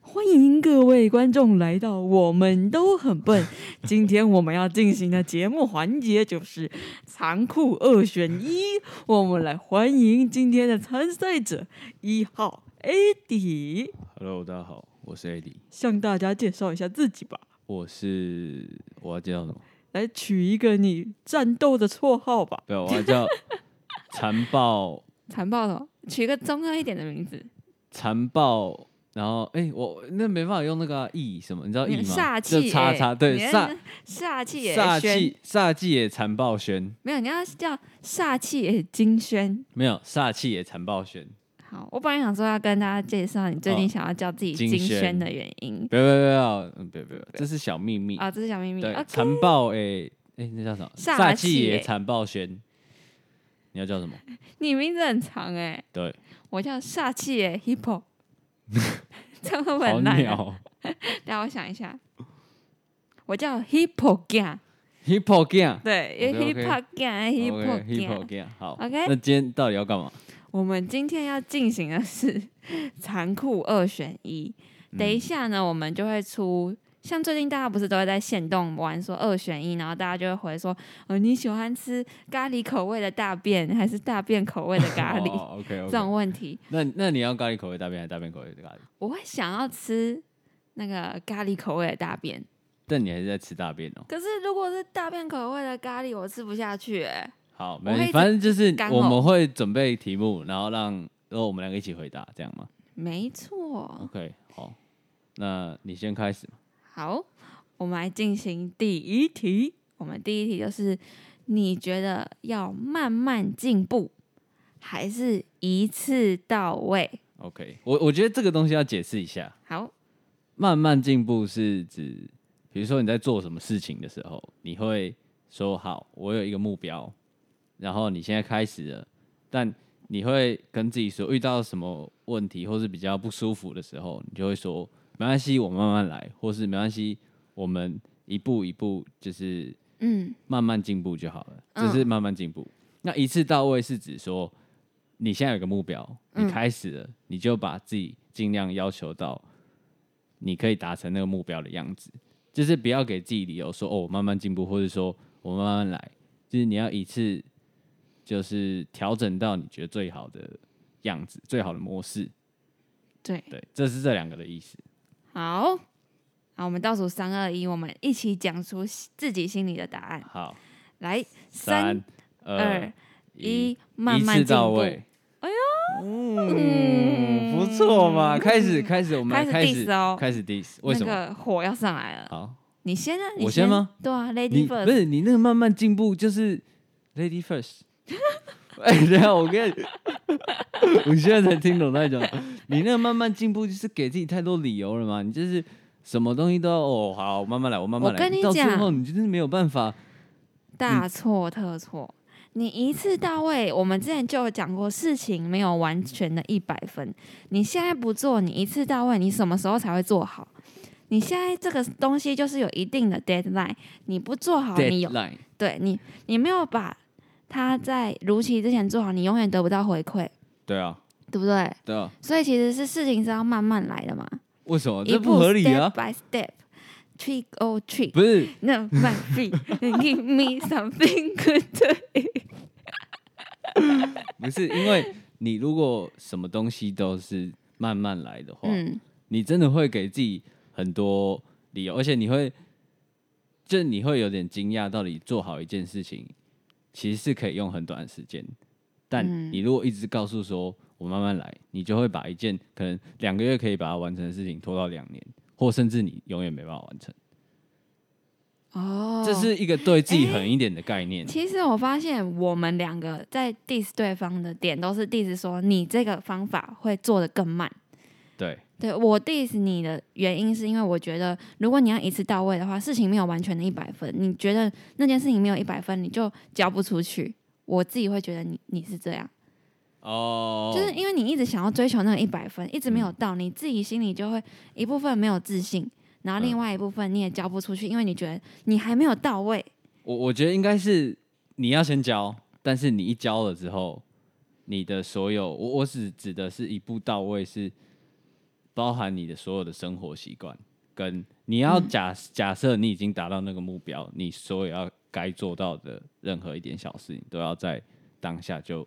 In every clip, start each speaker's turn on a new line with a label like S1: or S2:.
S1: 欢迎各位观众来到《我们都很笨》。 今天我们要进行的节目环节就是残酷二选一。我们来欢迎今天的参赛者一号 AD，
S2: Hello，大家好，我是 AD，
S1: 向大家介绍一下自己吧。
S2: 我是我要介绍什么？
S1: 来取一个你战斗的绰号吧，
S2: 不要，我 要叫残暴
S3: 残暴的，取一个中二一点的名字，
S2: 残暴。然后，哎、我那没办法用那个啊 E 什么，
S1: 哦
S2: 你知道 E
S3: 你
S2: 吗？
S3: 煞
S2: 就
S3: 气
S2: 叉
S3: 欸
S2: 叉，对
S3: 你
S2: 煞
S3: 煞气也
S2: 煞
S3: 轩，
S2: 气煞气也残暴轩，
S3: 没有，你要叫煞气也金轩。
S2: 没有煞气也残暴轩，
S3: 好，我本来想说要跟大家介绍你最近想要叫自己
S2: 啊金
S3: 金
S2: 轩
S3: 轩的原因
S2: 不要不要不要，嗯，不要不要，这是小秘密。
S3: 啊，这是小秘密。
S2: 对，
S3: OK，
S2: 残暴哎、欸、哎、那叫什么？
S3: 煞
S2: 煞
S3: 气
S2: 气也
S3: 欸
S2: 残暴轩，你要叫什么？
S3: 你名字很长哎，
S2: 对，
S3: 我叫煞气也 hippo，这样会不会
S2: 好
S3: 很烂
S2: 鸟
S3: 啊。
S2: 哦
S3: 让我想一下，我叫 hippo gang，
S2: ，Hippo Gang，
S3: 对，因为
S2: OK，OK
S3: hippo gang，hippo
S2: Hippo
S3: gang。
S2: Gang，好
S3: OK
S2: 那今天到底要干嘛？
S3: 我们今天要进行的是 残酷二选一。等一下呢，我们就会出，像最近大家不是都会在限动玩说二选一，然后大家就会回说，呃，你喜欢吃咖喱口味的大便还是大便口味的咖 喱？
S2: o k
S3: 这
S2: OK。
S3: 种问题，
S2: 哦那那你要咖喱口味大便还是大便口味的咖喱？
S3: 我会想要吃那个咖喱口味的大便，
S2: 但你还是在吃大便哦。
S3: 可是如果是大便口味的咖喱，我吃不下去、欸。
S2: 好，
S3: 我
S2: 没
S3: 会一直
S2: 关系，反正就是
S3: 干
S2: 我
S3: 呕
S2: 们会准备题目，然后让然后我们两个一起回答，这样吗
S3: 没错，
S2: ？OK，好，那你先开始嘛。
S3: 好，我们来进行第一题。我们第一题就是：你觉得要慢慢进步，还是一次到位？
S2: OK，我我觉得这个东西要解释一下，
S3: 好，
S2: 慢慢进步是指，比如说你在做什么事情的时候，你会说好，我有一个目标，然后你现在开始了，但你会跟自己说，遇到什么问题或是比较不舒服的时候，你就会说没关系，我慢慢来，或是没关系，我们一步一步就是
S3: 嗯，
S2: 慢慢进步就好了，
S3: 嗯
S2: 这是慢慢进步。那一次到位是指说，你现在有个目标，
S3: 嗯
S2: 你开始了，你就把自己尽量要求到你可以达成那个目标的样子，就是不要给自己理由说哦，我慢慢进步，或者说我慢慢来，就是你要一次就是调整到你觉得最好的样子，最好的模式。
S3: 对，
S2: 对，这是这两个的意思。
S3: 好，好，我们倒数三二一，我们一起讲出自己心里的答案。
S2: 好，
S3: 来，
S2: 三
S3: 三
S2: 二
S3: 二
S2: 一
S3: 一，，慢慢
S2: 一次
S3: 进
S2: 到
S3: 步。哎
S2: 位。嗯，不错嘛，开始开始，我们来
S3: 开
S2: 开
S3: 始 diss 哦
S2: 开始 diss，为
S3: 那
S2: 什么？
S3: 个火要上来了，
S2: 好，
S3: 你先啊，你
S2: 我先吗？
S3: 对啊
S2: 你
S3: ，Lady
S2: 不
S3: First，
S2: 是你那个慢慢进步就是 lady first。哎，等一下我跟你， 我现在才听懂那一种，你那个慢慢进步就是给自己太多理由了嘛，你就是什么东西都要哦，好，我慢慢来，我慢慢来，
S3: 我跟你
S2: 到最
S3: 讲
S2: 后你就是没有办法，嗯
S3: 大错特错。你一次到位，我们之前就有讲过，事情没有完全的一百分。你现在不做，你一次到位，你什么时候才会做好？你现在这个东西就是有一定的 deadline，你不做好，你有
S2: deadline
S3: 对你，你没有把它在如期之前做好，你永远得不到回馈，
S2: 对啊，
S3: 对不对？
S2: 对啊，
S3: 所以其实是事情是要慢慢来的嘛，
S2: 为什么
S3: 一
S2: 这
S3: 步
S2: 不合理
S3: step
S2: 啊？
S3: by step，trick or trick，
S2: 不是，
S3: No, my feet, give me something good to eat.
S2: 不是因为你如果什么东西都是慢慢来的话，
S3: 嗯，
S2: 你真的会给自己很多理由，而且你会，就你会有点惊讶，到底做好一件事情其实是可以用很短的时间，但
S3: 嗯
S2: 你如果一直告诉说我慢慢来，你就会把一件可能两个月可以把它完成的事情拖到两年，或甚至你永远没办法完成。
S3: 哦
S2: 这是一个对自己狠一点的概念。
S3: 其实我发现我们两个在 diss 对方的点都是 diss 说你这个方法会做的更慢。
S2: 对，
S3: 对我 diss 你的原因是因为我觉得，如果你要一次到位的话，事情没有完全的一百分，你觉得那件事情没有一百分，你就交不出去。我自己会觉得你你是这样，
S2: 哦，
S3: 就是因为你一直想要追求那个一百分，一直没有
S2: 嗯
S3: 到，你自己心里就会一部分没有自信，然后另
S2: 嗯
S3: 外一部分你也交不出去，因为你觉得你还没有到位。
S2: 我我觉得应该是你要先教，但是你一教了之后，你的所有，我我只指的是一步到位，是包含你的所有的生活习惯，跟你要
S3: 嗯
S2: 假、假设你已经达到那个目标，你所有要该做到的任何一点小事，你都要在当下就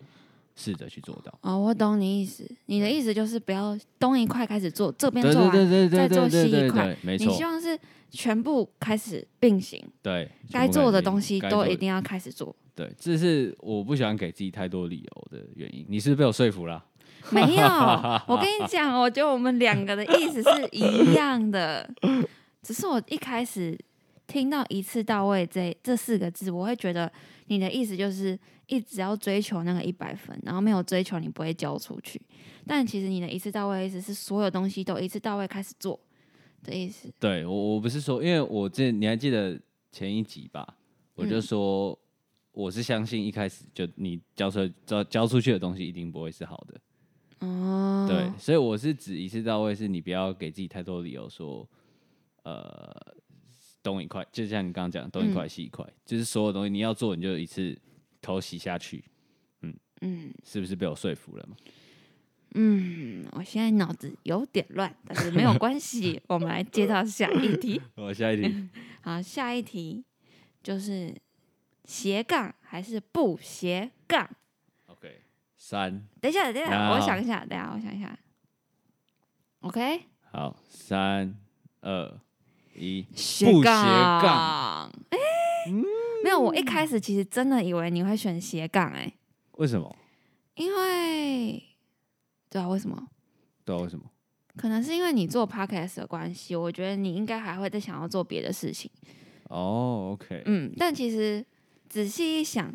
S2: 试着去做到。
S3: 哦，我懂你意思。你的意思就是不要东一块开始做，这边
S2: 对
S3: 做
S2: 对
S3: 完，
S2: 对对
S3: 再
S2: 对
S3: 做
S2: 对
S3: 细
S2: 对
S3: 一
S2: 对
S3: 块
S2: 对，没
S3: 你希
S2: 错，
S3: 望是全部开始并行，
S2: 对，
S3: 该
S2: 全部
S3: 做的
S2: 改进
S3: 东西
S2: 该
S3: 都
S2: 做
S3: 一
S2: 的
S3: 定要开始 做。
S2: 对，这是我不喜欢给自己太多理由的原因。你是不是被我说服了、
S3: 没有，我跟你讲，我觉得我们两个的意思是一样的， 只是我一开始听到“一次到位这”这四个字，我会觉得你的意思就是一直要追求那个一百分，然后没有追求你不会交出去。但其实你的一次到位的意思是所有东西都一次到位开始做的意思。
S2: 对我，我不是说，因为我这你还记得前一集吧？我就说、我是相信一开始就你交出交交出去的东西一定不会是好的，
S3: 哦，
S2: 对，所以我是指一次到位，是你不要给自己太多理由说，呃，东一块，就像你刚刚讲，东一块西一块，就是所有东西你要做，你就一次头洗下去，
S3: 嗯
S2: 是不是被我说服了嘛？
S3: 嗯，我现在脑子有点乱，但是没有关系，我们来接到下一题。
S2: 我下一题，
S3: 好，下一题就是斜杠还是不斜杠？
S2: OK，三
S3: 等一下，等一下，
S2: 好
S3: 我想一下，等一下，我想一下。OK，
S2: 好，三二一，
S3: 斜
S2: 斜杠
S3: 杠。哎、没有，我一开始其实真的以为你会选斜杠，哎，
S2: 为什么？
S3: 因为对啊，为什么？
S2: 对啊，为什么？
S3: 可能是因为你做 podcast 的关系，我觉得你应该还会再想要做别的事情。
S2: 哦，OK、o k
S3: 嗯，但其实仔细一想，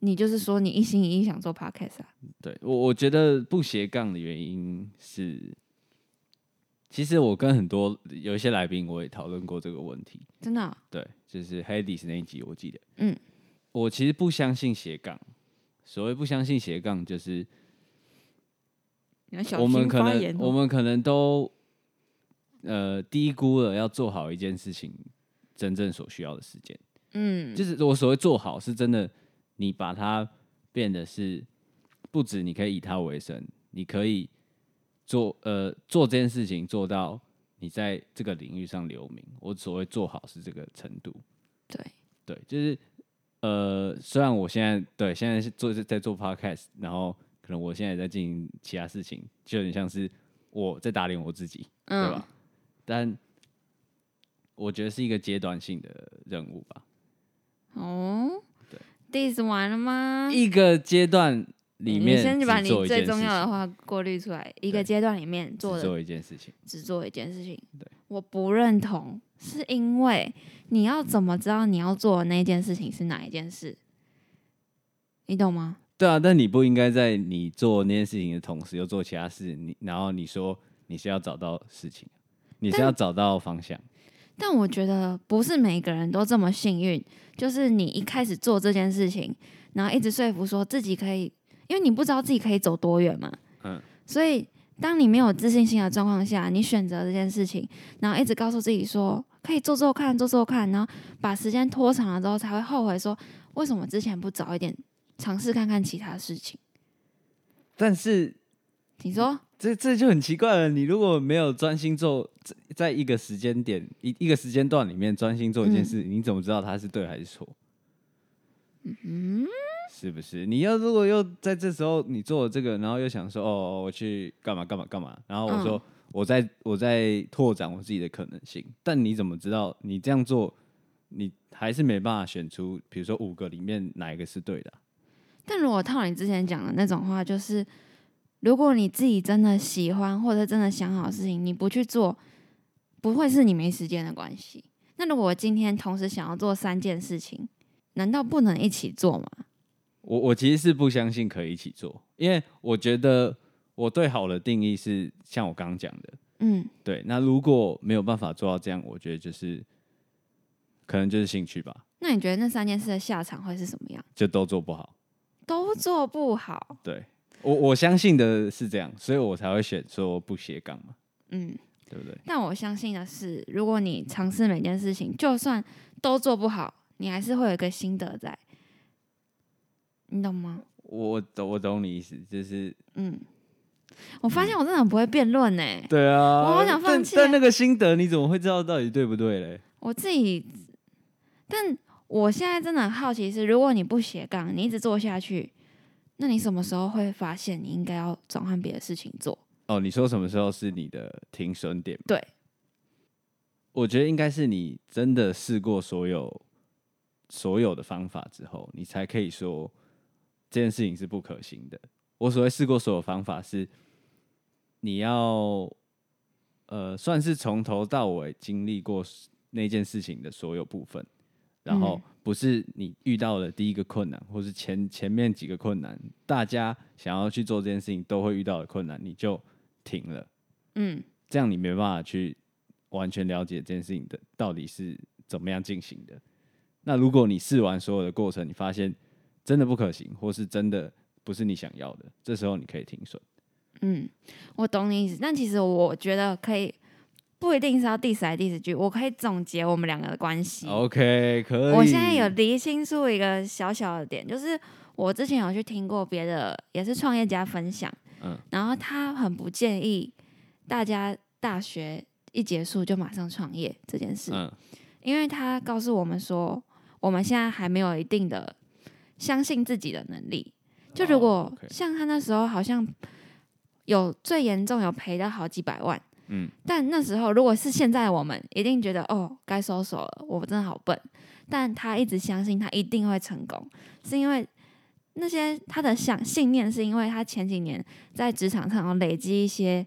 S3: 你就是说你一心一意想做 podcast 啊？
S2: 对我我觉得不斜杠的原因是，其实我跟很多有一些来宾我也讨论过这个问题，
S3: 真的哦、
S2: 对，就是 Hades 那一集我记得，
S3: 嗯，
S2: 我其实不相信斜杠，所谓不相信斜杠就是
S1: 你要小
S2: 我们
S1: 心
S2: 可
S1: 发言
S2: 能
S1: 哦、
S2: 我们可能都呃低估了要做好一件事情真正所需要的时间。
S3: 嗯，
S2: 就是我所谓做好，是真的，你把它变得是不止你可以以它为生，你可以做呃做这件事情做到你在这个领域上留名。我所谓做好是这个程度，
S3: 对，
S2: 对，就是呃，虽然我现在对现在是做在做 podcast，然后可能我现在也在进行其他事情，就很像是我在打脸我自己，
S3: 嗯，
S2: 对吧？但我觉得是一个阶段性的任务吧。
S3: 哦
S2: 对
S3: ，diss 完了吗？
S2: 一个阶段里
S3: 嗯
S2: 面
S3: 你先
S2: 只
S3: 把你
S2: 做一
S3: 最
S2: 件
S3: 重
S2: 事
S3: 要的
S2: 情
S3: 话过滤出来，一个
S2: 对
S3: 阶段里面
S2: 只
S3: 做的
S2: 做一件事情，
S3: 只做一件事情
S2: 对。
S3: 我不认同，是因为你要怎么知道你要做的那件事情是哪一件事？你懂吗？
S2: 对啊，但你不应该在你做那件事情的同时又做其他事，你然后你说你是要找到事情，你是
S3: 但
S2: 要找到方向，
S3: 但我觉得不是每个人都这么幸运，就是你一开始做这件事情，然后一直说服说自己可以，因为你不知道自己可以走多远嘛，
S2: 嗯，
S3: 所以当你没有自信心的状况下，你选择这件事情，然后一直告诉自己说可以做做看，做做看，然后把时间拖长了之后，才会后悔说为什么之前不早一点尝试看看其他事情？
S2: 但是。
S3: 你说
S2: 这这就很奇怪了。你如果没有专心做，在在一个时间点一一个时间段里面专心做一件事，你怎么知道它是对还是错？
S3: 嗯，
S2: 是不是？你要如果又在这时候你做了这个，然后又想说哦，我去干嘛干嘛干嘛，然后我说、
S3: 嗯
S2: 我在我在拓展我自己的可能性，但你怎么知道你这样做，你还是没办法选出，比如说五个里面哪一个是对的啊、
S3: 但如果套你之前讲的那种话，就是如果你自己真的喜欢或者真的想好的事情，你不去做，不会是你没时间的关系。那如果我今天同时想要做三件事情，难道不能一起做吗？
S2: 我我其实是不相信可以一起做，因为我觉得我对好的定义是像我刚刚讲的，
S3: 嗯，
S2: 对。那如果没有办法做到这样，我觉得就是可能就是兴趣吧，
S3: 那你觉得那三件事的下场会是什么样？
S2: 就都做不好。
S3: 都做不好。
S2: 对我我相信的是这样，所以我才会选说不斜杠嘛，
S3: 嗯，
S2: 对不对？
S3: 但我相信的是，如果你尝试每件事情，就算都做不好，你还是会有一个心得在，你懂吗？
S2: 我懂，我懂你意思，就是
S3: 嗯，我发现我真的很不会辩论欸呢，
S2: 对啊，
S3: 我好想放弃
S2: 但。
S3: 啊
S2: 但那个心得你怎么会知道到底对不对嘞？
S3: 我自己，但我现在真的很好奇是，如果你不斜杠，你一直做下去，那你什么时候会发现你应该要转换别的事情做？
S2: 哦，你说什么时候是你的停损点？
S3: 对，
S2: 我觉得应该是你真的试过所有所有的方法之后，你才可以说这件事情是不可行的。我所谓试过所有方法是，你要呃，算是从头到尾经历过那件事情的所有部分，然后
S3: 嗯
S2: 不是你遇到了第一个困难，或是前前面几个困难，大家想要去做这件事情都会遇到的困难，你就停了。
S3: 嗯，
S2: 这样你没办法去完全了解这件事情的到底是怎么样进行的。那如果你试完所有的过程，你发现真的不可行，或是真的不是你想要的，这时候你可以停损。
S3: 嗯，我懂你意思，但其实我觉得可以不一定是要 diss 来 diss 去，我可以总结我们两个的关系。
S2: OK，可
S3: 嗯
S2: 以。
S3: 我现在有厘清出一个小小的点，就是我之前有去听过别的也是创业家分享，
S2: 嗯
S3: 然后他很不建议大家大学一结束就马上创业这件事，
S2: 嗯
S3: 因为他告诉我们说，我们现在还没有一定的相信自己的能力。就如
S2: 哦
S3: 果
S2: ，OK
S3: 像他那时候好像有最严重有赔到好几百万，
S2: 嗯，
S3: 但那时候如果是现在我们一定觉得哦该收手了，我真的好笨。但他一直相信他一定会成功，是因为那些他的想信念，是因为他前几年在职场上有累积一些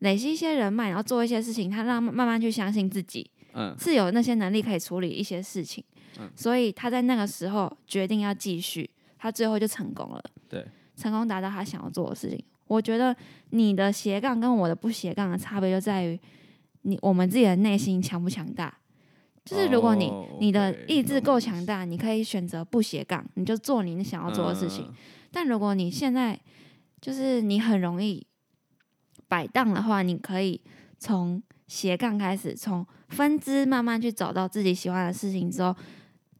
S3: 累积一些人脉，然后做一些事情，他让慢慢去相信自己，
S2: 嗯
S3: 是有那些能力可以处理一些事情，
S2: 嗯
S3: 所以他在那个时候决定要继续，他最后就成功了，
S2: 对，
S3: 成功达到他想要做的事情。我觉得你的斜杠跟我的不斜杠的差别就在于你我们自己的内心强不强大。就是如果你、
S2: 哦，OK，
S3: 你的意志够强
S2: 懂
S3: 大，你可以选择不斜杠，你就做你想要做的事情。
S2: 嗯
S3: 但如果你现在就是你很容易摆荡的话，你可以从斜杠开始，从分支慢慢去找到自己喜欢的事情之后，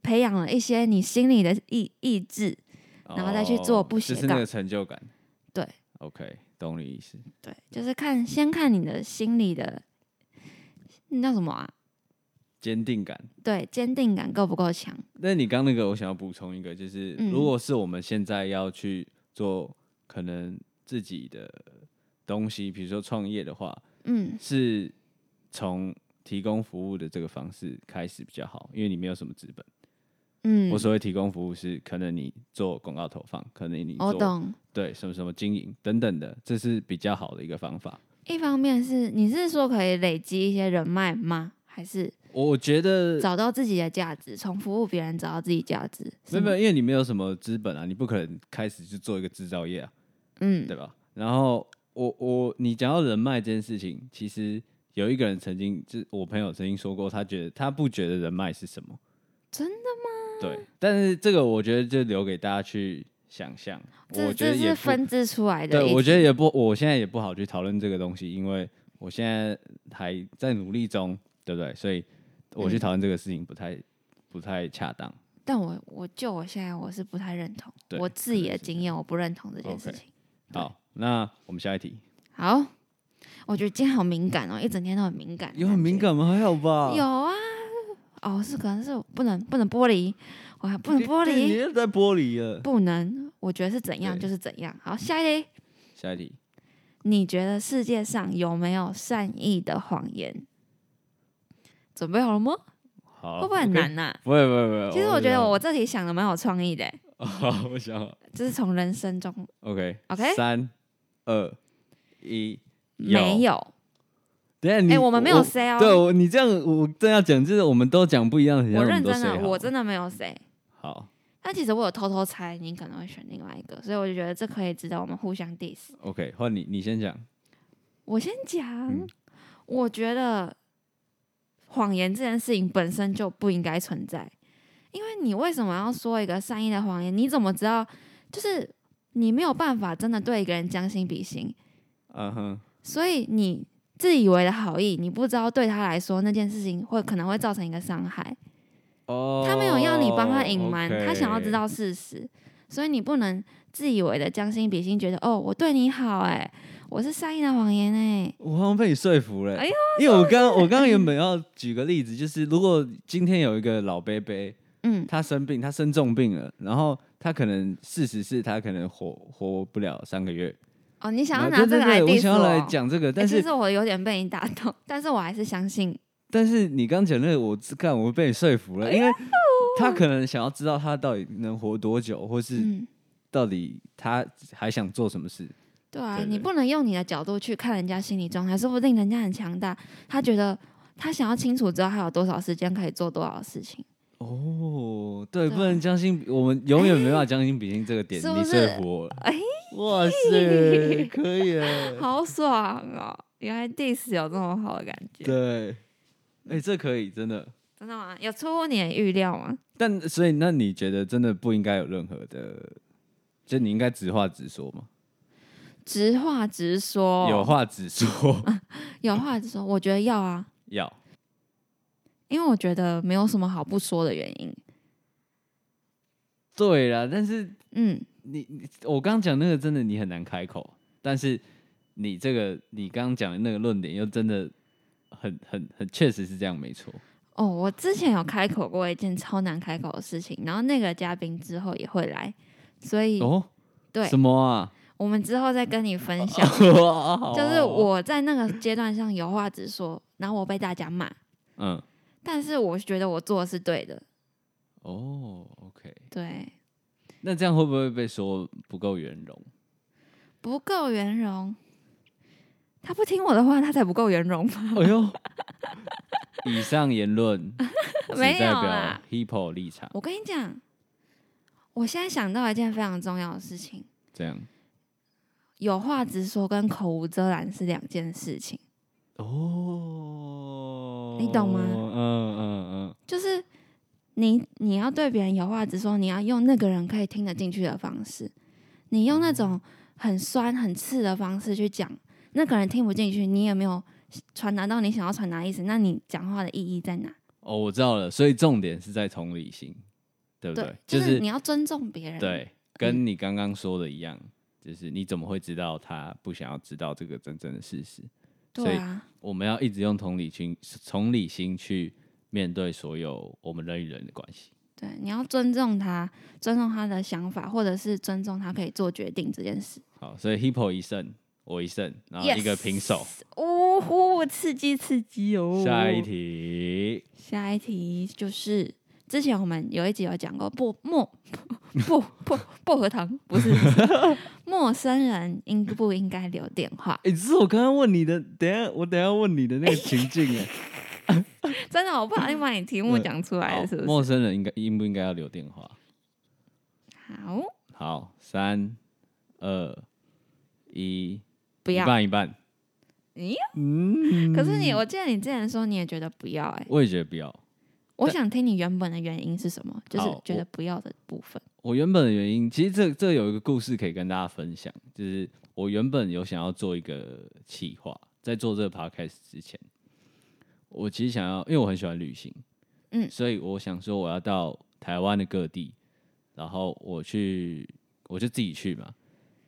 S3: 培养了一些你心里的意意志。然后再去做
S2: 哦
S3: 不斜
S2: 就是那
S3: 杠
S2: 个成就感。
S3: 对
S2: ，OK，懂你意思。
S3: 对，就是看先看你的心里的那叫什么啊？
S2: 坚定感。
S3: 对，坚定感够不够强？
S2: 那你刚那个，我想要补充一个，就是、
S3: 嗯
S2: 如果是我们现在要去做可能自己的东西，比如说创业的话，
S3: 嗯
S2: 是从提供服务的这个方式开始比较好，因为你没有什么资本。
S3: 嗯，
S2: 我所谓提供服务是，可能你做广告投放，可能你
S3: 我
S2: 做
S3: 懂。
S2: 对什么什么经营等等的，这是比较好的一个方法。
S3: 一方面是你是说可以累积一些人脉吗？还是
S2: 我觉得
S3: 找到自己的价值，从服务别人找到自己价值？
S2: 没
S3: 是
S2: 有，没
S3: 吗
S2: 有，因为你没有什么资本啊，你不可能开始去做一个制造业啊。
S3: 嗯
S2: 对吧？然后我我你讲到人脉这件事情，其实有一个人曾经，就是我朋友曾经说过，他觉得他不觉得人脉是什么，
S3: 真
S2: 的吗？对，但是这个我觉得就留给大家去想象，
S3: 这
S2: 我觉得
S3: 这
S2: 也
S3: 是
S2: 不
S3: 分支出来的一
S2: 对，
S3: 题。
S2: 我觉得也不，我现在也不好去讨论这个东西，因为我现在还在努力中，对不对？所以我去
S3: 嗯
S2: 讨论这个事情不太、不太恰当。
S3: 但我我就我现在我是不太认同
S2: 对
S3: 我自己
S2: 可能
S3: 的
S2: 是
S3: 经验，我不认同这件事
S2: OK
S3: 情。
S2: 好，那我们下一题，
S3: 好，我觉得今天好敏感哦，一整天都很敏感，
S2: 有很敏。感吗？还好吧。
S3: 有啊，哦，是可能是我不能不能剥离，我还不能剥
S2: 你你
S3: 离，
S2: 又在玻璃了。
S3: 不能，我觉得是怎样
S2: 对
S3: 就是怎样。好，下一题，
S2: 下一题，
S3: 你觉得世界上有没有善意的谎言？准备好了吗？
S2: 好，
S3: 会不会很
S2: OK？呃
S3: 难呐、
S2: 不会不会不会。
S3: 其实我觉得我这题想的蛮有创意的欸、
S2: 我 好，我想好
S3: 就是从人生中
S2: OK
S3: OK
S2: 三二一，有
S3: 没有，
S2: 等一下
S3: 哎、
S2: 你
S3: 我们没有 say
S2: 对
S3: 哦，
S2: 我你这样我正要讲，就是我们都讲不一样的题，
S3: 我
S2: 然后
S3: 认
S2: 们都
S3: 真的，
S2: say 好
S3: 我真的没有 say。
S2: 好
S3: 但其实我有偷偷猜，你可能会选另外一个，所以我就觉得这可以值得我们互相 diss。
S2: OK，换你，你先讲。
S3: 我先讲，
S2: 嗯
S3: 我觉得谎言这件事情本身就不应该存在，因为你为什么要说一个善意的谎言？你怎么知道？就是你没有办法真的对一个人将心比心，
S2: 嗯哼，
S3: 所以你自以为的好意，你不知道对他来说那件事情会可能会造成一个伤害。
S2: 哦，
S3: 他没有要帮他
S2: 哦
S3: 隐瞒，他想要
S2: OK
S3: 知道事实，所以你不能自以为的将心比心，觉得哦，我对你好、哎，我是善意的谎言、
S2: 我好像被你说服了欸、
S3: 哎呦
S2: 因为我刚我刚刚原本要举个例子，就是如果今天有一个老伯伯，
S3: 哎，嗯，
S2: 他生病，他生重病了，然后他可能事实是他可能活活不了三个月，
S3: 哦，你想要
S2: 那
S3: 拿这
S2: 对
S3: 个
S2: 对
S3: 来
S2: 对
S3: diss
S2: 我想要来
S3: 我
S2: 讲这个，
S3: 欸
S2: 但
S3: 其
S2: 是、
S3: 实我有点被你打动， 但是我还是相信
S2: 但是你刚讲那个，我只看我被你说服
S3: 哎
S2: 了，因为他可能想要知道他到底能活多久，或是
S3: 嗯，
S2: 到底他还想做什么事。
S3: 对啊，
S2: 对对
S3: 你不能用你的角度去看人家心理状态，说不定人家很强大，他觉得他想要清楚知道他有多少时间可以做多少事情，
S2: 哦，
S3: 对
S2: 对，
S3: 啊哎
S2: 不能将心比，我们永远没办法将心比心这个点，
S3: 是不
S2: 你
S3: 是
S2: 说服我了。
S3: 哎
S2: 哇 塞，可以耶！
S3: 好爽哦！原来 diss 有这么好的感觉，
S2: 对，哎、这可以真的。
S3: 真的吗？有出乎你的预料吗？
S2: 但所以，那你觉得真的不应该有任何的，就你应该直话直说嘛，
S3: 直话直说，
S2: 有话直说，
S3: 有话直说，我觉得要啊，
S2: 要
S3: 因为我觉得没有什么好不说的原因，
S2: 对啦。但是
S3: 嗯，
S2: 你你我刚讲那个真的你很难开口，但是你这个你刚刚讲的那个论点又真的很很很确实是这样，没错。
S3: 哦，我之前有开口过一件超难开口的事情，然后那个嘉宾之后也会来，所以、
S2: 哦，
S3: 嗯对
S2: 什，么啊？
S3: 我们之后再跟你分享。
S2: 哦
S3: 就是我在那个阶段上有话直说，然后我被大家骂，
S2: 嗯
S3: 但是我觉得我做的是对的，
S2: 哦，OK，
S3: 对，
S2: 那这样会不会被说不够圆融？
S3: 不够圆融。他不听我的话，他才不够圆融吧？
S2: 哎呦，以上言论只
S3: 没有
S2: 代表
S3: 啦
S2: Hippo 立场，
S3: 我跟你讲，我现在想到一件非常重要的事情：
S2: 这样
S3: 有话直说跟口无遮拦是两件事情。
S2: 哦，
S3: 你懂吗
S2: 嗯嗯嗯，
S3: 就是你你要对别人有话直说，你要用那个人可以听得进去的方式，你用那种很酸很刺的方式去讲，那个人听不进去，你也没有传达到你想要传达的意思，那你讲话的意义在哪？
S2: 哦，我知道了，所以重点是在同理心，对不对？
S3: 就是你嗯要尊重别人。，
S2: 对，跟你刚刚说的一样，就是你怎么会知道他不想要知道这个真正的事实？所
S3: 对
S2: 以
S3: 啊，
S2: 我们要一直用同理心、同理心去面对所有我们人与人的关系。
S3: 对，你要尊重他，尊重他的想法，或者是尊重他可以做决定这件事。
S2: 好，所以 Hippo 一胜，我一胜，然后
S3: Yes
S2: 一个平手。
S3: 呜呼，刺激刺激哦！
S2: 下一题，
S3: 下一题就是之前我们有一集有讲过薄 陌薄薄薄荷 糖，不是陌生人应不应该留电话？
S2: 哎、这是我刚刚问你的，等一下我等一下问你的那个情境 哎、
S3: 真的，我不小心把你题目讲出来
S2: 好
S3: 了，是不
S2: 陌
S3: 是？
S2: 生人应该应不应该要留电话？
S3: 好，
S2: 好，三二一，
S3: 不
S2: 一
S3: 要。
S2: 半一半。
S3: 咦，
S2: 嗯
S3: 可是你，我记得你之前说你也觉得不要、哎，
S2: 我也觉得不要。
S3: 我想听你原本的原因是什么，就是
S2: 好
S3: 觉
S2: 我
S3: 得不要的部分。
S2: 我原本的原因，其实这这有一个故事可以跟大家分享，就是我原本有想要做一个企划，在做这个 podcast 之前，我其实想要，因为我很喜欢旅行，
S3: 嗯
S2: 所以我想说我要到台湾的各地，然后我去，我就自己去嘛，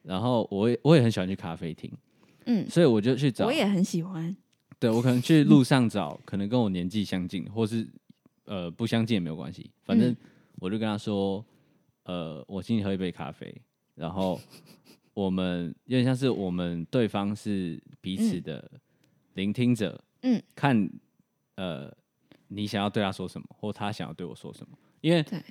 S2: 然后我也我也很喜欢去咖啡厅，
S3: 嗯，
S2: 所以我就去找，
S3: 我也很喜欢。
S2: 对我可能去路上找，可能跟我年纪相近，或是呃不相近也没有关系，反正
S3: 嗯
S2: 我就跟他说，呃，我请你喝一杯咖啡，然后我们有点像是我们对方是彼此的聆听者，
S3: 嗯，
S2: 看呃你想要对他说什么，或他想要对我说什么，因为
S3: 对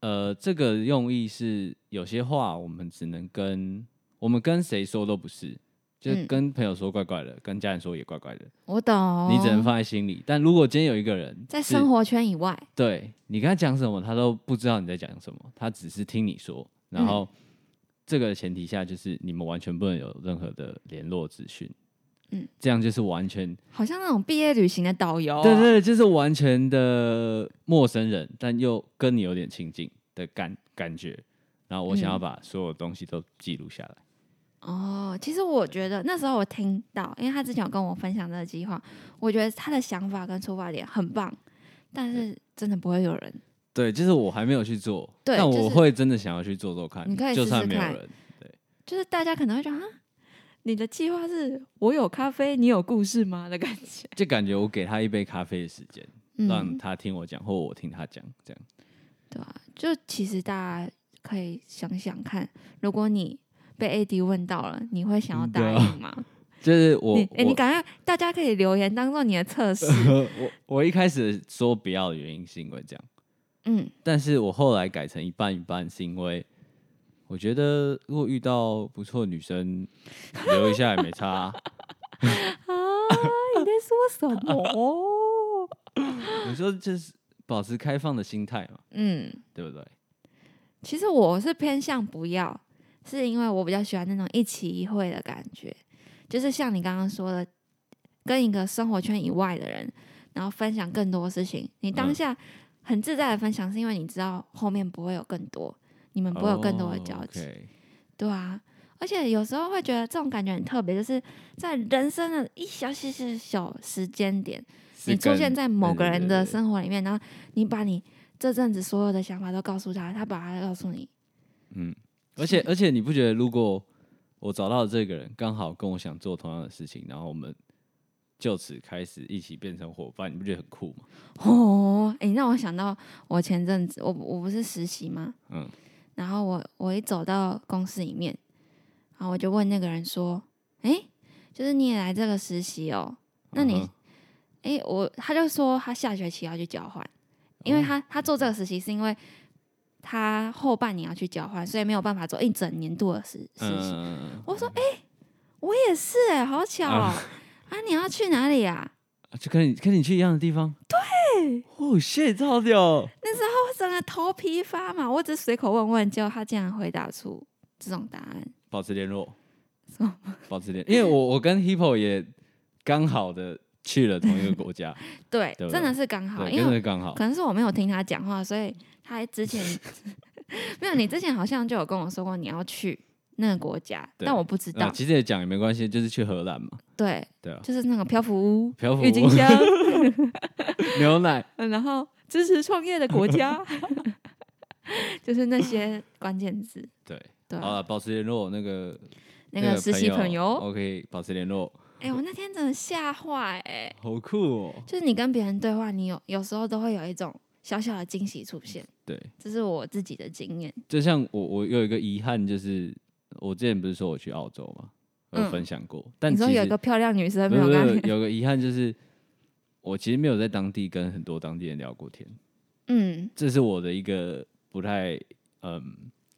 S2: 呃这个用意是有些话我们只能跟我们跟谁说都不是。就是
S3: 嗯
S2: 跟朋友说怪怪的，跟家人说也怪怪的，
S3: 我懂。
S2: 你只能放在心里。但如果今天有一个人
S3: 哦在
S2: 是
S3: 生活圈以外，
S2: 对你跟他讲什么，他都不知道你在讲什么，他只是听你说。
S3: 嗯
S2: 然后、这个前提下，就是你们完全不能有任何的联络资讯。
S3: 嗯，
S2: 这样就是完全，
S3: 好像那种毕业旅行的导游、
S2: 对对，对，就是完全的陌生人，但又跟你有点亲近的感感觉。然后我想要
S3: 嗯
S2: 把所有东西都记录下来。
S3: 哦，其实我觉得那时候我听到，因为他之前有跟我分享这个计划，我觉得他的想法跟出发点很棒，但是真的不会有人
S2: 对，就是我还没有去做，
S3: 对
S2: 但
S3: 就
S2: 我
S3: 是
S2: 会真的想要去做做看，
S3: 你可以
S2: 就
S3: 试
S2: 算
S3: 试
S2: 没有
S3: 看
S2: 人，
S3: 就是大家可能会觉得啊，
S1: 你的计划是我有咖啡，你有故事吗的感 觉？
S2: 就感觉我给他一杯咖啡的时间，让
S3: 嗯，
S2: 他听我讲，或我听他讲，这样。
S3: 对啊，就其实大家可以想想看，如果你被 AD 问到了，你会想要
S2: 真的
S3: 答
S2: 啊
S3: 应吗？
S2: 就是我，
S3: 你哎、
S2: 我
S3: 你感觉大家可以留言当做你的测试，
S2: 我我一开始说不要的原因是因为这样，
S3: 嗯，
S2: 但是我后来改成一半一半，是因为我觉得如果遇到不错的女生，留一下也没差啊、
S3: 啊你在说什么？
S2: 你说就是保持开放的心态嘛，
S3: 嗯，
S2: 对不对？
S3: 其实我是偏向不要，是因为我比较喜欢那种一期一会的感觉，就是像你刚刚说的，跟一个生活圈以外的人，然后分享更多事情。你当
S2: 嗯
S3: 下很自在的分享，是因为你知道后面不会有更多，你们不会有更多的交集。
S2: o k
S3: 对啊，而且有时候会觉得这种感觉很特别，就是在人生的一小小小小时间点，你出现在某个人的生活里面，然后你把你这阵子所有的想法都告诉他，他把他告诉你。
S2: 嗯，而且而且你不觉得，如果我找到的这个人刚好跟我想做同样的事情，然后我们就此开始一起变成伙伴，你不觉得很酷吗？
S3: 哦，哎、让我想到我前阵子，我我不是实习吗？
S2: 嗯，
S3: 然后我我一走到公司里面，然后我就问那个人说：“哎、就是你也来这个实习哦？那你
S2: 嗯哼
S3: 哎、我他就说他下学期要去交换，因
S2: 哦
S3: 为他、他做这个实习是因为他后半年要去交换，所以没有办法做一整年度的实实习。
S2: 嗯，
S3: 我说：哎、我也是哎、好巧哦、
S2: 啊
S3: 啊你要去哪里啊？
S2: 啊就跟你跟你去一样的地方，对，哦，shit，这好屌哦，
S3: 我整个头皮发麻，我只是随口问问，结果他竟然回答出这种答案，
S2: 保持联络
S3: 什么，
S2: 保持联，因为我我跟 Hippo 也刚好的去了同一个国家，
S3: 对，
S2: 对不对
S3: 真的是刚 好，
S2: 对，
S3: 因
S2: 真
S3: 为
S2: 的刚好
S3: 可能是我没有听他讲话，所以他之前 没有，你之前好像就有跟我说过你要去那个国家，
S2: 对
S3: 但我不知
S2: 那
S3: 道，
S2: 其实也讲也没关系，就是去荷兰嘛，
S3: 对，
S2: 对啊，
S3: 就是那个漂浮屋、
S2: 漂浮
S1: 郁金香，
S2: 牛奶，
S1: 然后支持创业的国 家，
S3: 就是那些关键字，
S2: 对，
S3: 对啊、
S2: 好了，保持联络，那个
S3: 那个实习朋友，
S2: ，OK，保持联络，
S3: 哎、我那天真的吓坏哎、
S2: 好酷哦，
S3: 就是你跟别人对话，你有有时候都会有一种小小的惊喜出现，
S2: 对，
S3: 这是我自己的经验，
S2: 就像我我有一个遗憾，就是我之前不是说我去澳洲嘛，我有
S3: 嗯
S2: 分享过，但
S3: 你
S2: 其
S3: 说
S2: 实
S3: 有一个漂亮女生
S2: 不
S3: 没有
S2: 是
S3: 跟
S2: 不
S3: 她
S2: 是有个遗憾就是，我其实没有在当地跟很多当地人聊过天，
S3: 嗯
S2: 这是我的一个不太嗯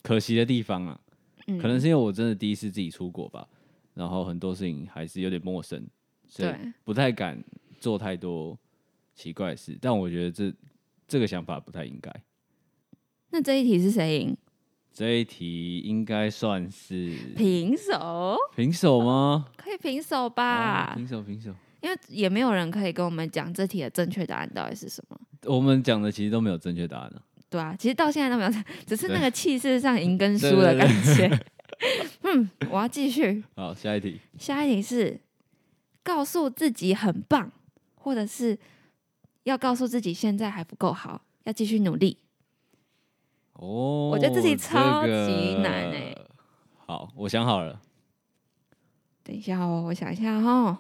S2: 可惜的地方啊，
S3: 嗯，
S2: 可能是因为我真的第一次自己出国吧，然后很多事情还是有点陌生，所以
S3: 对
S2: 不太敢做太多奇怪的事，但我觉得这这个想法不太应该。
S3: 那这一题是谁赢？
S2: 这一题应该算是
S3: 平手，
S2: 平手吗？
S3: 可以平手
S2: 啊
S3: 吧？
S2: 平手平手。
S3: 因为也没有人可以跟我们讲这题的正确答案到底是什么，
S2: 我们讲的其实都没有正确答案啊
S3: 对啊，其实到现在都没有， 只是
S2: 对
S3: 那个气势上赢跟输
S2: 对
S3: 的
S2: 对对
S3: 感觉。 嗯，我要继续，
S2: 好，下一题，
S3: 下一题是告诉自己很棒，或者是要告诉自己现在还不够好，要继续努力。
S2: 哦，
S3: 我觉得这题
S2: 个
S3: 超级难欸
S2: 好，我想好了，
S3: 等一下哦，我想一下哦。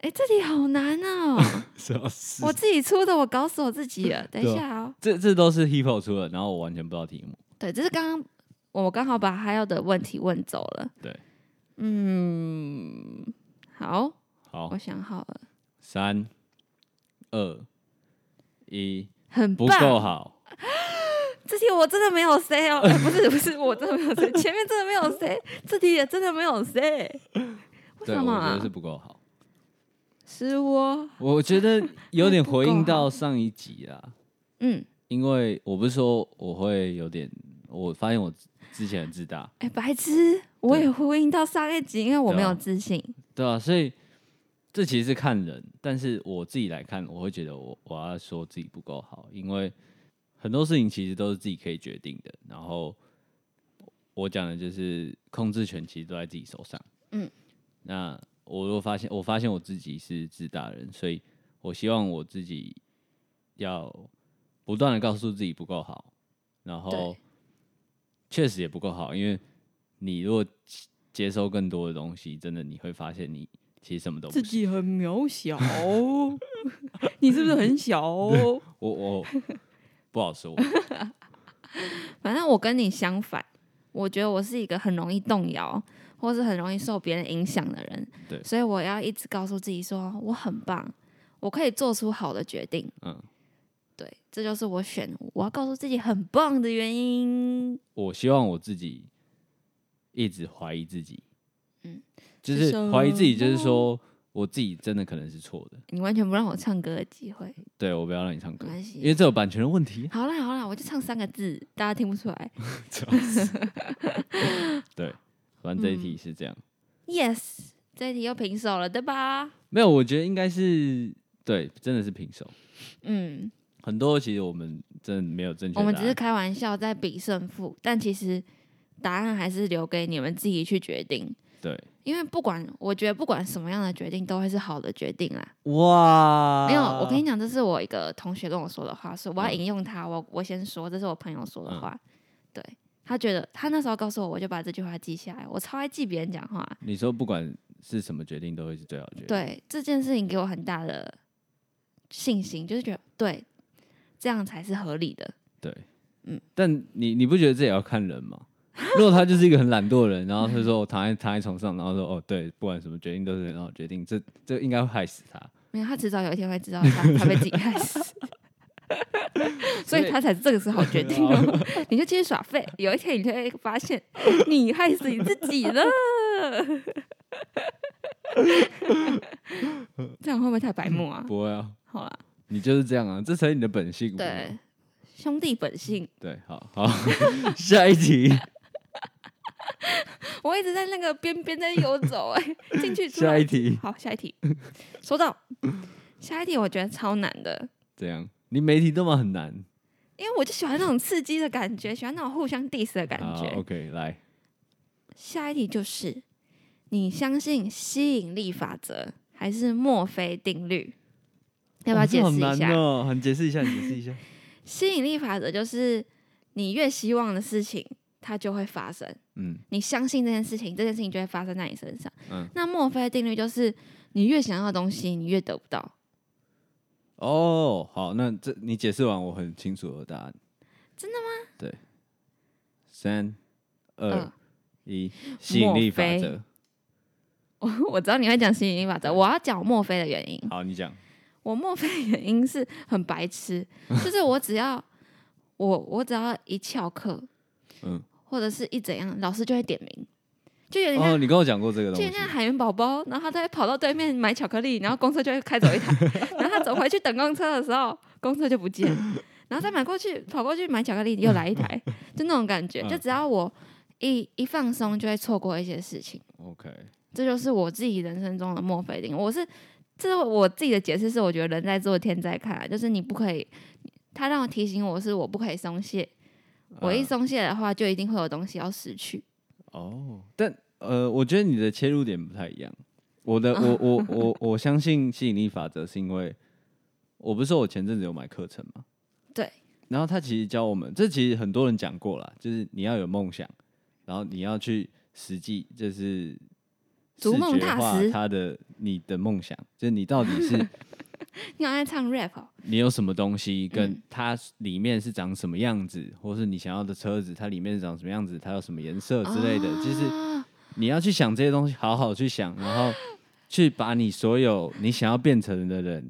S3: 哎，这题好难 哦，
S2: 笑死
S3: 我自己出的，我搞死我自己了。等一
S2: 对啊
S3: 下哦，
S2: 这这都是 Hippo 出的，然后我完全不知道题目。
S3: 对，这是刚刚我刚好把他要的问题问走了。
S2: 对，
S3: 嗯，好，
S2: 好
S3: 我，想好了，
S2: 三二一，
S3: 很
S2: 不够
S3: 棒。
S2: 好，
S3: 这题我真的没有 say 哦， 哎不是不是，我真的没有 say，前面真的没有 say，这题也真的没有 say，为
S2: 对，
S3: 什
S2: 我
S3: 么
S2: 觉得
S3: 啊
S2: 是？不够好。
S3: 是我，
S2: 我觉得有点回应
S3: 还不够
S2: 到
S3: 好
S2: 上一集啊啦，
S3: 嗯，
S2: 因为我不是说我会有点，我发现我之前很自大，
S3: 哎，白痴，我
S2: 对
S3: 也呼应到上一集，因为我
S2: 对啊
S3: 没有自信，
S2: 对啊，所以这其实是看人，但是我自己来看，我会觉得我我要说自己不够好，因为很多事情其实都是自己可以决定的。然后我讲的就是控制权其实都在自己手上。
S3: 嗯，
S2: 那我又发现，我发现我自己是自大的人，所以我希望我自己要不断的告诉自己不够好，然后
S4: 对
S2: 确实也不够好，因为你如果接接收更多的东西，真的你会发现你其实什么都不
S5: 自
S2: 是。
S5: 己很渺 小，你是不是很小？
S2: 我 我不好说，
S3: 反正我跟你相反，我觉得我是一个很容易动摇，或是很容易受别人影响的人。
S2: 对
S3: 所以我要一直告诉自己说，我很棒，我可以做出好的决定。
S2: 嗯，
S3: 对，这就是我选我要告诉自己很棒的原因。
S2: 我希望我自己一直怀疑自己，
S3: 嗯，
S2: 就是是
S5: 什
S2: 怀疑自己，就是
S5: 么
S2: 说我自己真的可能是错的。
S3: 你完全不让我唱歌的机会。
S2: 对我不要让你唱歌
S3: 没关，系
S2: 因为这有版权的问题。啊
S3: 好啦好啦，我就唱三个字，大家听不出来。
S2: 对，反正这一
S3: 嗯
S2: 题是这样。
S3: Yes，这一题又平手了，对吧？
S2: 没有，我觉得应该是对，真的是平手。
S3: 嗯，
S2: 很多其实我们真的没有正确答
S3: 我
S2: 案，
S3: 们只是开玩笑在比胜负，但其实答案还是留给你们自己去决定。
S2: 对。
S3: 因为不管，我觉得不管什么样的决定都会是好的决定啦。
S2: 哇，
S3: 没有，我跟你讲，这是我一个同学跟我说的话，所以我要
S2: 嗯
S3: 引用他。我我先说，这是我朋友说的话。对他觉得他那时候告诉我，我就把这句话记下来。我超爱记别人讲话。
S2: 你说不管是什么决定都会是最好的决定，，
S3: 对这件事情给我很大的信心，就是觉得对这样才是合理的。
S2: 对，嗯
S3: 嗯，
S2: 但你你不觉得这也要看人吗？ 如果他就是一个很懒惰的人，然后他说我躺在躺在床上，然后说哦对，不管什么决定都是很好的决定，这这应该会害死他。
S3: 没有，他迟早有一天会知道他他被自己害 死，所以他才这个时候决定 哦。 你就继续耍废，有一天你就会发现你害死你自己 了。这样会不会太白目啊？
S2: 不会啊，
S3: 好啦，
S2: 你就是这样啊，这才是你的本性。啊
S3: 对，兄弟本性，
S2: 对，好好， 下一题，
S3: 我一直在那个边边在游走、 哎，进去出
S2: 下
S3: 来
S2: 一。题，
S3: 好，下一题，说到下一题，我觉得超难的，
S2: 怎样？你每题都嘛很难。
S3: 因为我就喜欢那种刺激的感觉，喜欢那种互相 diss 的感
S2: 好
S3: 觉。
S2: ，OK，来，
S3: 下一题就是，你相信吸引力法则还是墨菲定律？要不要
S2: 哦哇这
S3: 解释
S2: 好
S3: 一
S2: 难
S3: 下？
S2: 哦，很解释一下，你解释一下。
S3: 吸引力法则就是你越希望的事情，它就会发生。
S2: 嗯
S3: 你相信这件事情，这件事情就会发生在你身上。
S2: 嗯，
S3: 那墨菲定律就是，你越想要的东西，你越得不到。
S2: 哦，好，那这你解释完，我很清楚我的答案。
S3: 真
S2: 的吗？对，三、二
S3: 嗯、
S2: 一，吸引力法
S3: 莫非
S2: 则。
S3: 我我知道你会讲吸引力法则，我要讲墨菲的原因。
S2: 好，你讲。
S3: 我墨菲的原因是很白痴，就是我只要我我只要一翘课，
S2: 嗯，
S3: 或者是一怎样，老师就会点名，就有点像、
S2: 哦，你跟我讲过这个
S3: 就
S2: 东
S3: 有点
S2: 西。
S3: 像海绵宝宝，然后他会跑到对面买巧克力，然后公车就会开走一台， 然后他走回去等公车的时候，公车就不见，然后再买过去跑过去买巧克力又来一台，就那种感觉，
S2: 嗯
S3: 就只要我一一放松就会错过一些事情。
S2: OK，
S3: 这就是我自己人生中的墨菲定。我是，这是我自己的解释，是我觉得人在做天在看啊，就是你不可以，他让我提醒我是我不可以松懈，我一
S2: 嗯
S3: 松懈的话，就一定会有东西要失去。
S2: 哦，但呃，我觉得你的切入点不太一样。我的，我我我我相信吸引力法则，是因为我不是说我前阵子有买课程嘛，
S3: 对。
S2: 然后他其实教我们，这其实很多人讲过啦，就是你要有梦想，然后你要去实际，就是
S3: 逐梦
S2: 视觉
S3: 踏
S2: 化
S3: 实
S2: 他的你的梦想，就是你到底 是
S3: 你好像在唱 rap，、哦、
S2: 你有什么东西，跟
S3: 嗯
S2: 它里面是长什么样子，或是你想要的车子，它里面是长什么样子，它有什么颜色之类的，就是。
S3: 啊
S2: 你要去想这些东西，好好去想，然后去把你所有你想要变成的人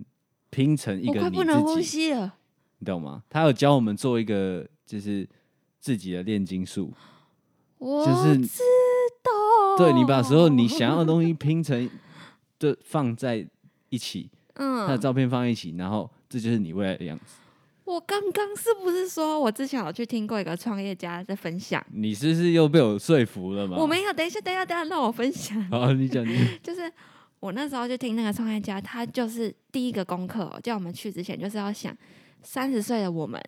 S2: 拼成一
S3: 我
S2: 个
S3: 快
S2: 你
S3: 不能呼
S2: 自己，
S3: 吸了。
S2: 你懂吗？他有教我们做一个就是自己的炼金术，
S3: 我
S2: 就是
S3: 知道，
S2: 对你把所有你想要的东西拼成，就放在一起，他的
S3: 嗯，
S2: 照片放在一起，然后这就是你未来的样子。
S3: 我刚刚是不是说我之前有去听过一个创业家在分享？
S2: 你是不是又被我说服了吗？
S3: 我没有，等一下，等一下，等一下，让我分享。
S2: 好，你讲你讲
S3: 就是我那时候就听那个创业家，他就是第一个功课、哦，叫我们去之前就是要想三十岁的我们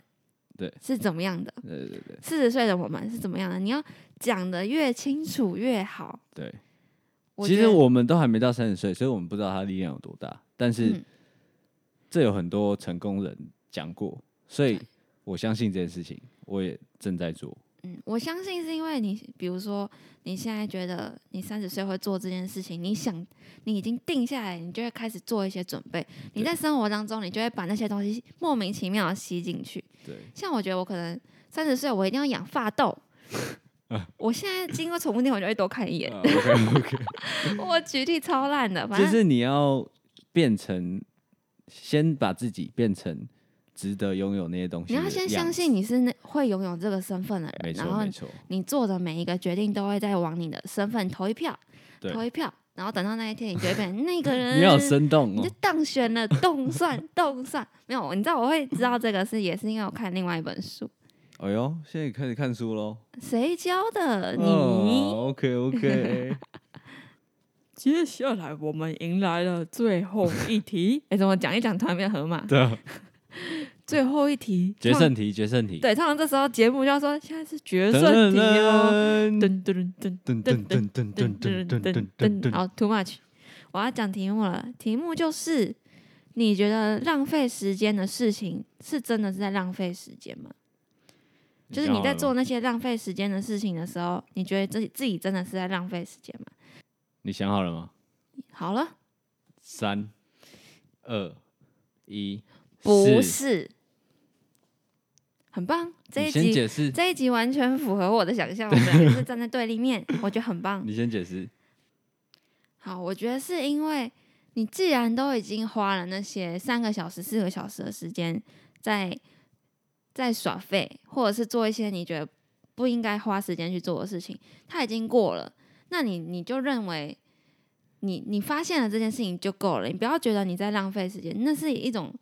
S2: 对
S3: 是怎么样的，
S2: 对对对
S3: 四十岁的我们是怎么样的，你要讲的越清楚越好。
S2: 对。
S3: 我
S2: 其
S3: 觉
S2: 实
S3: 得
S2: 我们都还没到三十岁，所以我们不知道他力量有多大。但是、
S3: 嗯
S2: 这有很多成功人讲过，所以我相信这件事情，我也正在做。
S3: 嗯，我相信是因为你，比如说你现在觉得你三十岁会做这件事情，你想你已经定下来，你就会开始做一些准备。你在生活当中，你就会把那些东西莫名其妙的吸进去。
S2: 对，
S3: 像我觉得我可能三十岁，我一定要养发 豆。我现在经过宠物店，我就会多看一眼。
S2: 啊 OK OK，
S3: 我举例超烂的，反
S2: 嗯就
S3: 正
S2: 是你要变成，先把自己变成值得拥有那些东西
S3: 你
S2: 的
S3: 要
S2: 样子。
S3: 先相信你是那会拥有这个身份的
S2: 没
S3: 人，然
S2: 错
S3: 后
S2: 没错，
S3: 你做的每一个决定都会在往你的身份投一票，
S2: 对
S3: 投一票，然后等到那一天，你就会变成那个人。
S2: 你好生动
S3: 你就
S2: 哦。
S3: 当选了， 动算动算，没有，你知道我会知道这个是也是因为我看另外一本书，
S2: 哎呦，现在开始看书喽。
S3: 谁教的呃你？
S2: 哦、OK OK，
S1: 接下来我们迎来了最后一 题，
S6: 哎，怎么讲一讲突然变河马？
S2: 对啊，
S1: 最后一题，
S2: 决胜题，决胜题，
S6: 对，通常这时候节目就要说现在是决
S2: 噔
S6: 胜题哦，
S2: 噔
S1: 噔噔噔
S2: 噔噔噔噔噔噔噔噔噔
S6: 噔，
S2: 噔，
S6: 好，too much，
S3: 我要讲题目了，题目就是你觉得浪费时间的事情是真的是在浪费时间吗？就是你在做，那些浪费时间的事情的时候，你觉得自己自己真的是在浪费时间吗？
S2: 你想好了吗？
S3: 好了，
S2: 三、二、一，
S3: 不
S2: 是，
S3: 是，很棒，这
S2: 你
S3: 一
S2: 先
S3: 集
S2: 解释，
S3: 这一集完全符合我的想象，我们两个是站在对立面，我觉得很 棒。
S2: 你先解释，
S3: 好，我觉得是因为你既然都已经花了那些三个小时、四个小时的时间在在耍废，或者是做一些你觉得不应该花时间去做的事情，它已经过了，那你你就认为你你发现了这件事情就够了，你不要觉得你在浪费时间，那是一种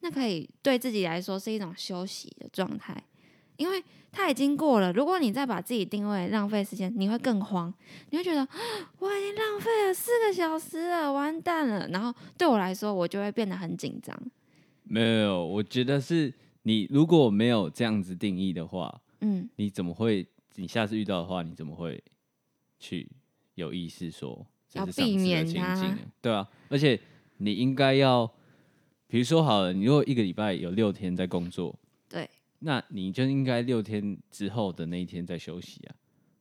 S3: 那可以对自己来说是一种休息的状态，因为它已经过了。如果你再把自己定位浪费时间，你会更慌，你会觉得我已经浪费了四个小时了，完蛋了。然后对我来说，我就会变得很紧张。
S2: 没有，我觉得是你如果没有这样子定义的话，
S3: 嗯，
S2: 你怎么会？你下次遇到的话，你怎么会去有意识说这
S3: 要
S2: 是
S3: 避
S2: 上次的
S3: 免
S2: 情
S3: 它
S2: 境呢？对啊，而且你应该要，比如说好了，你如果一个礼拜有六天在工作，
S3: 对，
S2: 那你就应该六天之后的那一天再休息啊，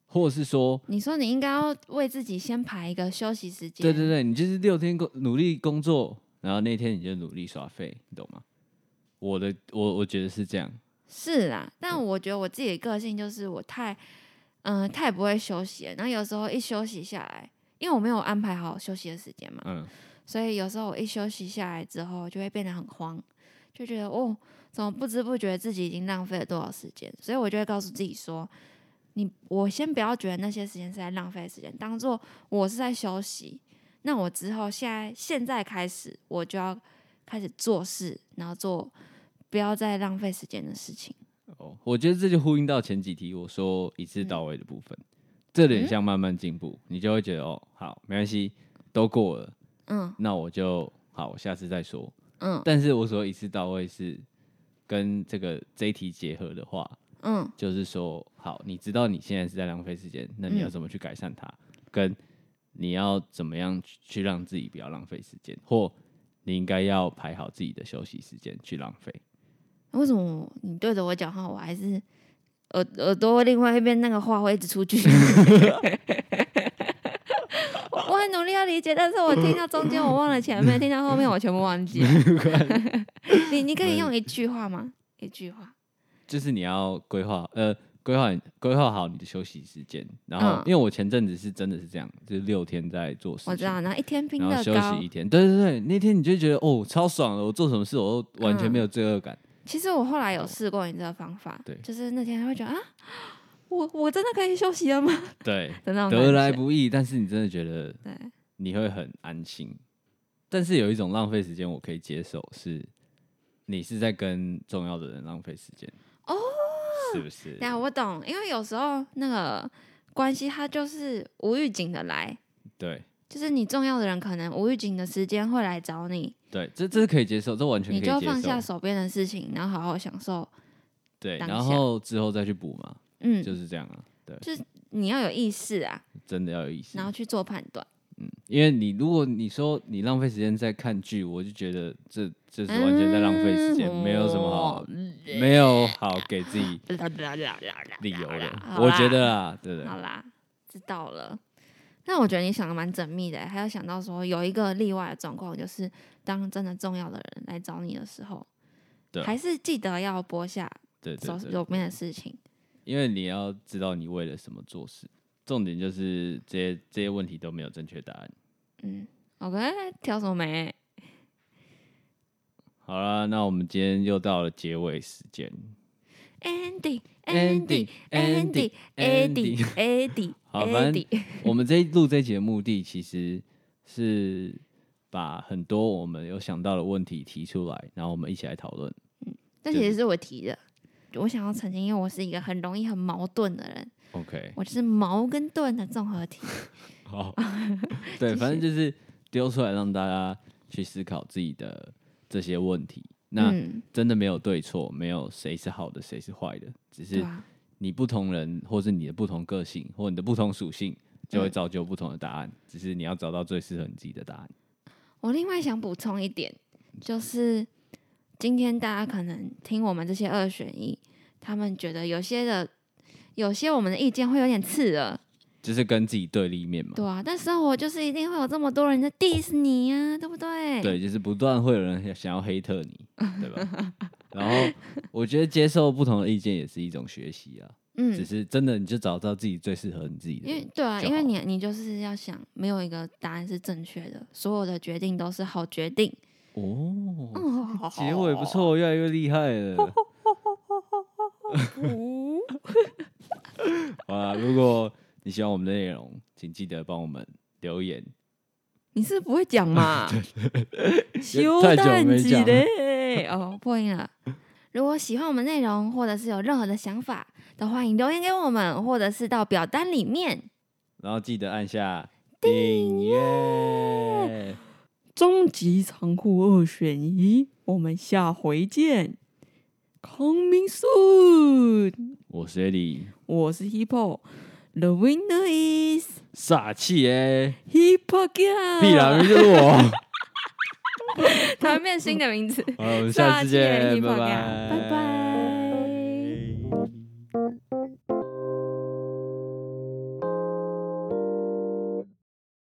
S2: 或者是说，
S3: 你说你应该要为自己先排一个休息时间。
S2: 对对对，你就是六天工努力工作，然后那天你就努力耍废，你懂吗？我的我我觉得是这样，
S3: 是啦，但我觉得我自己的个性就是我太，嗯、太不会休息了。然后有时候一休息下来，因为我没有安排好休息的时间嘛，
S2: 嗯，
S3: 所以有时候我一休息下来之后，就会变得很慌，就觉得哦，怎么不知不觉自己已经浪费了多少时间？所以我就会告诉自己说，你我先不要觉得那些时间是在浪费时间，当做我是在休息。那我之后现在现在开始，我就要开始做事，然后做不要再浪费时间的事情。
S2: 哦，我觉得这就呼应到前几题我说一次到位的部分，
S3: 嗯
S2: 这点像慢慢进步，你就会觉得哦，好，没关系，都过了，
S3: 嗯
S2: 那我就好，我下次再说。
S3: 嗯
S2: 但是我所谓一次到位是跟这个这一题结合的话，
S3: 嗯，
S2: 就是说，好，你知道你现在是在浪费时间，那你要
S3: 嗯
S2: 怎么去改善它？跟你要怎么样去去让自己不要浪费时间，或你应该要排好自己的休息时间去浪费。
S3: 为什么你对着我讲话，我还是耳耳朵另外一边那个话会一直出去？
S6: 我我很努力要理解，但是我听到中间我忘了前面，听到后面我全部忘记了。
S3: 你你可以用一句话吗？一句话。
S2: 就是你要规划，呃，规划规划好你的休息时间。然后，
S3: 嗯
S2: 因为我前阵子是真的是这样，就是六天在做事情，
S3: 我知道，然后一天拼
S2: 然后
S3: 乐
S2: 休
S3: 高
S2: 息一。天。对对对，那天你就觉得哦，超爽的，我做什么事我都完全
S3: 嗯
S2: 没有罪恶感。
S3: 其实我后来有试过你这个方法
S2: 对，
S3: 就是那天会觉得啊，
S6: 我我真的可以休息 了吗？
S2: 对，
S6: 的那种
S2: 得
S6: 感
S2: 来
S6: 觉
S2: 不易，但是你真的觉得
S3: 对
S2: 你会很安心。但是有一种浪费时间我可以接受，是你是在跟重要的人浪费时间
S3: 哦，
S2: 是不是？
S3: 对啊，我懂，因为有时候那个关系它就是无预警的来，
S2: 对
S3: 就是你重要的人可能无预警的时间会来找你，
S2: 对，这这是可以接受，这完全可
S3: 你
S2: 以
S3: 就
S2: 接
S3: 放下
S2: 受。
S3: 手边的事情，然后好好享受。
S2: 对，
S3: 当
S2: 然
S3: 下
S2: 后之后再去补嘛，
S3: 嗯，
S2: 就是这样啊。对，
S3: 你要有意识啊，
S2: 真的要有意识
S3: 然。后去做判断。
S2: 因为你如果你说你浪费时间在看剧，我就觉得这这是完全在浪费时间，没有什么好，
S3: 嗯哦
S2: 没有好给自己理由的。我觉得啊，对不对？
S3: 好啦，知道了。那我觉得你想的蛮缜密的，欸还有想到说有一个例外的状况，就是当真的重要的人来找你的时候，
S2: 对啊
S3: 还是记得要播下
S2: 对
S3: 手
S2: 对对，
S3: 手边的事情。
S2: 因为你要知道你为了什么做事。重点就是这些这些问题都没有正确答案。
S3: 嗯，OK，挑什么眉？
S2: 好啦，那我们今天又到了结尾时间。
S3: Andy
S2: Andy，
S3: Andy Andy
S2: Andy
S3: Andy Andy
S2: 好反正
S3: Andy，
S2: 我们这一录这一节的目的其实是把很多我们有想到的问题提出来，然后我们一起来讨论。
S3: 这其实是我提的。我想要澄清，因为我是一个很容易很矛盾的人，
S2: OK，
S3: 我就是矛跟盾的综合体。
S2: 好， 对，反正就是丢出来让大家去思考自己的这些问题。那
S3: 嗯，
S2: 真的没有对错，没有谁是好的，谁是坏的，只
S3: 对
S2: 是
S3: 啊，
S2: 你不同人，或是你的不同个性，或你的不同属性，就会造就不同的答案。只是你要找到最适合你自己的答案。
S3: 我另外想补充一点，就是今天大家可能听我们这些二选一，他们觉得有些的有些我们的意见会有点刺耳，
S2: 就是跟自己对立面嘛。
S3: 对啊，但生活就是一定会有这么多人在 diss 你啊，对不对？，
S2: 对，就是不断会有人想要黑特你，对吧？ 然后我觉得接受不同的意见也是一种学习啊，只
S3: 嗯，
S2: 是真的你就找到自己最适合你自己的
S3: 因为
S2: 路。
S3: 对啊，
S2: 就
S3: 因为
S2: 好
S3: 你你就是要想，没有一个答案是正确的，所有的决定都是好决定。
S2: 哦，
S3: 哦，
S2: 结尾不错，越来越厉害了。 好啦，如果你喜欢我们的内容，请记得帮我们留言。
S3: 你是不会讲 嘛？
S1: 修
S2: 太久
S1: 蛋
S2: 没
S1: 几
S2: 讲了
S1: 嘞？哦，
S3: 哦，破音了。如果喜欢我们内容，或者是有任何的想法，都欢迎留言给我们，或者是到表单里面。
S2: 然后记得按下订阅，
S1: 终极残酷二选一，我们下回见。Coming soon，
S2: 我是 Eddie，
S1: 我是 Hippo，The winner is
S2: 煞气耶、
S1: Hippo
S2: 必然
S1: Girl。
S2: 就是我。
S3: 突然变新的名字。
S2: 好，我们下次见，
S3: 下次见
S2: 拜
S3: ，Hippo
S2: 拜，
S3: gang，
S1: 拜拜。